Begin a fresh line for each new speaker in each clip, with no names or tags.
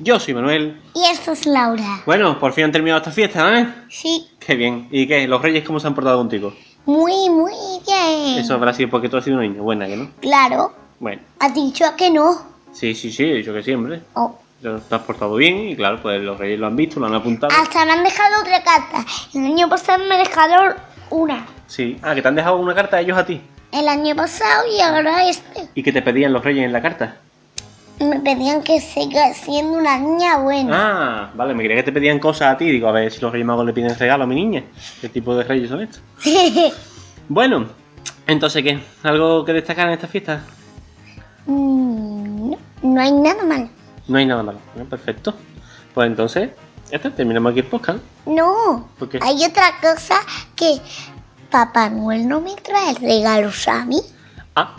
Yo soy Manuel.
Y esto es Laura.
Bueno, por fin han terminado esta fiesta, ¿eh?
Sí,
Qué bien. ¿Y qué? ¿Los reyes cómo se han portado contigo?
muy, muy bien.
Eso habrá sido porque tú has sido una niña buena, ¿que no?
Claro,
Bueno.
has dicho que no.
Sí, sí, sí, yo que siempre.
Oh.
Te te has portado bien y claro, pues los reyes lo han visto, lo han apuntado.
Hasta me han dejado otra carta. El año pasado me dejaron una.
Sí. Ah, que te han dejado una carta a ellos a ti.
El año pasado y ahora este.
¿Y que te pedían los reyes en la carta?
Me pedían que siga siendo una niña buena.
Ah, vale, me creía que te pedían cosas a ti. Digo, a ver si los reyes magos le piden regalo a mi niña. ¿Qué tipo de reyes son estos? Ah. Bueno, entonces, ¿qué? ¿Algo que destacar en esta fiesta?
Mm, no, no hay nada mal.
No hay nada malo. Bueno, perfecto. Pues entonces, ya está, terminamos aquí el podcast.
No.
¿Por qué?
Hay otra cosa que Papá Noel no me trae regalos a mí.
Ah,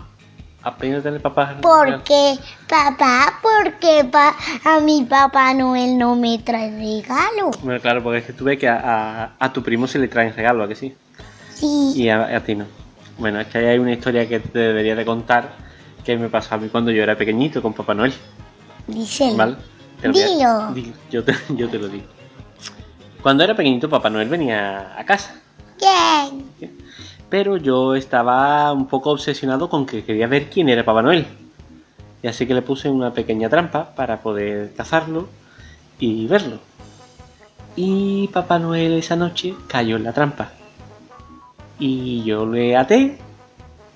aprende a tener papá.
Porque, papá, porque pa- a mi Papá Noel no me trae regalo.
Bueno, claro, porque es que tú ves que a, a- a tu primo se le traen regalo, ¿a que sí?
Sí.
Y a, a ti no. Bueno, es que ahí hay una historia que te debería de contar que me pasó a mí cuando yo era pequeñito con Papá Noel,
Díselo.
¿vale?
Dilo.
dilo, yo, te, yo te lo digo. Cuando era pequeñito, Papá Noel venía a casa.
Bien.
pero yo estaba un poco obsesionado con que quería ver quién era Papá Noel. Y así que le puse una pequeña trampa para poder cazarlo y verlo. Y Papá Noel esa noche cayó en la trampa. Y yo le até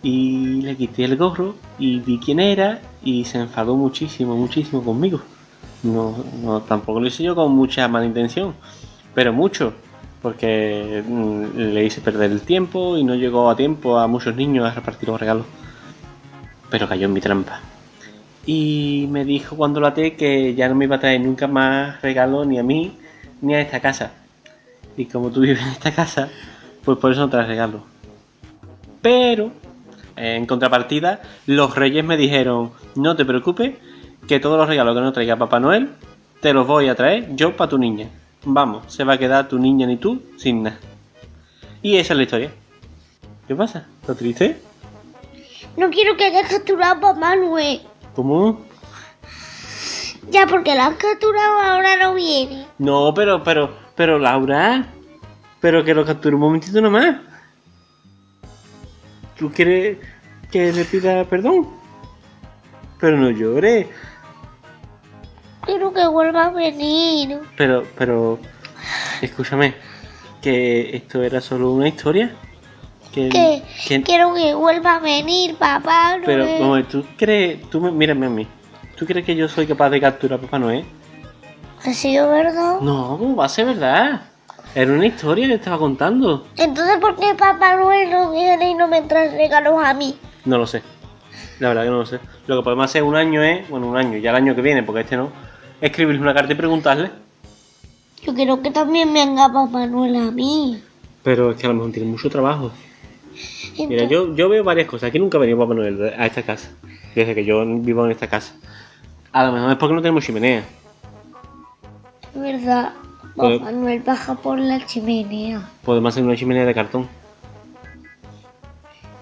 y le quité el gorro y vi quién era y se enfadó muchísimo, muchísimo conmigo. No, no tampoco lo hice yo con mucha mala intención, pero mucho, porque mm, le hice perder el tiempo y no llegó a tiempo a muchos niños a repartir los regalos. Pero cayó en mi trampa. Y me dijo cuando lo até que ya no me iba a traer nunca más regalo ni a mí ni a esta casa. Y como tú vives en esta casa, pues por eso no traes regalo. Pero, en contrapartida, los reyes me dijeron, no te preocupes, que todos los regalos que no traiga Papá Noel, te los voy a traer yo para tu niña. Vamos, se va a quedar tu niña ni tú sin nada. Y esa es la historia. ¿Qué pasa? ¿Lo triste?
No quiero que hayas capturado a Papá Noel.
¿Cómo?
Ya porque lo has capturado ahora no viene.
No, pero, pero, pero Laura, pero que lo capture un momentito nomás. ¿Tú quieres que le pida perdón? Pero no llores.
Quiero que vuelva a venir.
Pero, pero, escúchame, que esto era solo una historia. Que,
Que
que-
quiero que vuelva a venir, Papá Noel.
pero, vamos a ver, tú crees, tú me- mírame a mí. ¿Tú crees que yo soy capaz de capturar a Papá Noel?
¿Ha sido verdad?
No, ¿cómo va a ser verdad? Era una historia que estaba contando.
Entonces, ¿por qué Papá Noel no viene y no me trae regalos a mí?
No lo sé. La verdad que no lo sé. Lo que podemos hacer un año es, bueno, un año, ya el año que viene, porque este no, escribirle una carta y preguntarle.
Yo quiero que también venga Papá Noel a mí.
Pero es que a lo mejor tiene mucho trabajo. Mira, yo, yo veo varias cosas. Aquí nunca ha venido Papá Noel a esta casa. Desde que yo vivo en esta casa. A lo mejor es porque no tenemos chimenea.
Es verdad,
Pero-
Papá Noel baja por la chimenea.
Podemos hacer una chimenea de cartón.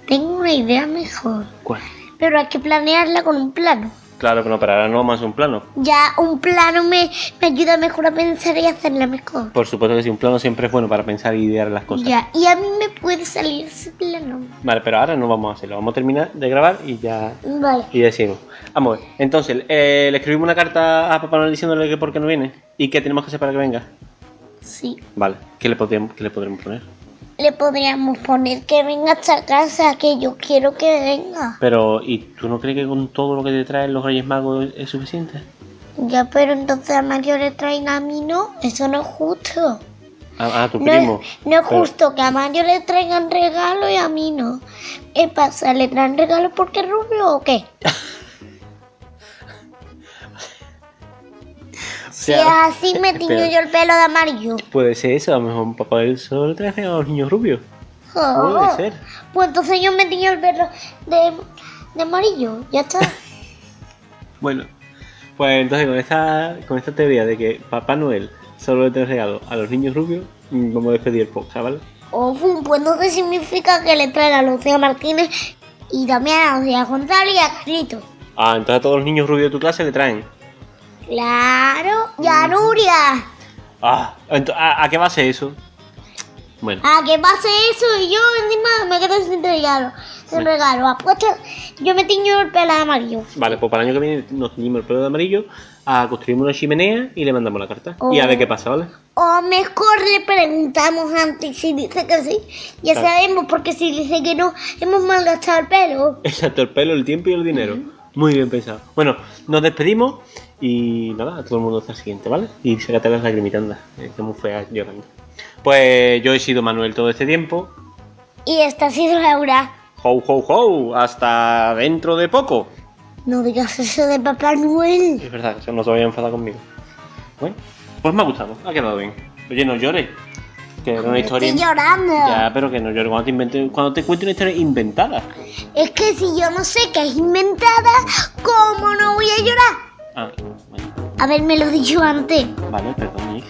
Tengo una idea mejor,
¿Cuál?
pero hay que planearla con un plano.
Claro que no, pero ahora no vamos a hacer un plano.
Ya un plano me, me ayuda mejor a pensar y hacerla mejor.
Por supuesto que sí, un plano siempre es bueno para pensar y idear las cosas.
Ya, y a mí me puede salir ese plano.
Vale, pero ahora no vamos a hacerlo. Vamos a terminar de grabar y ya
Vale,
Y decimos, vamos a ver, entonces, eh, le escribimos una carta a Papá Noel diciéndole que por qué no viene y qué tenemos que hacer para que venga.
sí.
Vale, ¿qué le, podríamos, qué le podremos poner?
Le podríamos poner que venga a esta casa, que yo quiero que venga.
Pero, ¿y tú no crees que con todo lo que te traen los Reyes Magos es, es suficiente?
Ya, pero entonces a Mario le traen a mí, no. Eso no es justo.
A, a Ah, tu
No
primo.
es, no es
Pero-
justo que a Mario le traigan regalo y a mí no. ¿Qué pasa? ¿Le traen regalo porque es rubio o qué? Si es
sea,
así, me tiño
pero-
yo el pelo de amarillo.
Puede ser eso, a lo mejor Papá Noel solo le trae a los niños rubios.
Oh.
Puede ser.
Pues entonces yo me tiño el pelo de, de amarillo. Ya está.
Bueno, pues entonces con esta, con esta teoría de que Papá Noel solo le trae regalo a los niños rubios, mm, vamos a despedir el podcast, ¿vale?
O fum, pues entonces significa que le traen a Lucía Martínez y también a Lucía González y a Carlitos.
Ah, entonces a todos los niños rubios de tu clase le traen.
Claro, ya Nuria.
Ah, ento- ¿a, a qué va a ser eso? Bueno,
A que pase eso y yo encima me quedo sin regalo. Sin
Sí.
regalo. Apuesto, yo me tiño el pelo amarillo.
vale, pues para el año que viene nos teñimos el pelo de amarillo, a construimos una chimenea y le mandamos la carta. Y
Oh.
a ver qué pasa, ¿vale?
O mejor le preguntamos antes si dice que sí. Ya
Claro.
sabemos, porque si dice que no, hemos malgastado el pelo.
Exacto, el pelo, el tiempo y el dinero. Muy bien pensado. Bueno, nos despedimos y nada, a todo el mundo hasta el siguiente, ¿vale? Y sácate las lagrimitandas, eh, que muy fea llorando. Pues yo he sido Manuel todo este tiempo.
Y esta ha sido Laura.
¡Ho, ho, ho! Hasta dentro de poco.
No digas eso de Papá Noel.
Es verdad, que no se vaya a enfadar conmigo. Bueno, pues me ha gustado, ha quedado bien. Oye, no llores. Que era una historia.
Estoy llorando.
Ya, pero que no llores cuando te inventes, cuando te cuente una historia inventada.
Es que si yo no sé que es inventada, ¿cómo no voy a llorar?
Ah, bueno,
Haberme lo dicho antes.
vale, perdón, hija.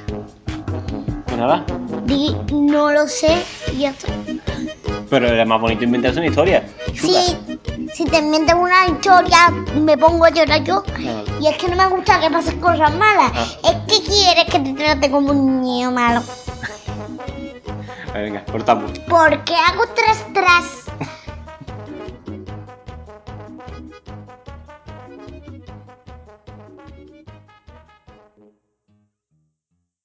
Pues nada,
Di, no lo sé y ya está.
pero era más bonito inventarse una historia. Chula.
Si, si te inventas una historia, me pongo a llorar yo.
Ah, vale.
Y es que no me gusta que pases cosas malas.
Ah.
Es que quieres que te trate como un niño malo.
Venga, cortamos.
Porque hago tras tras.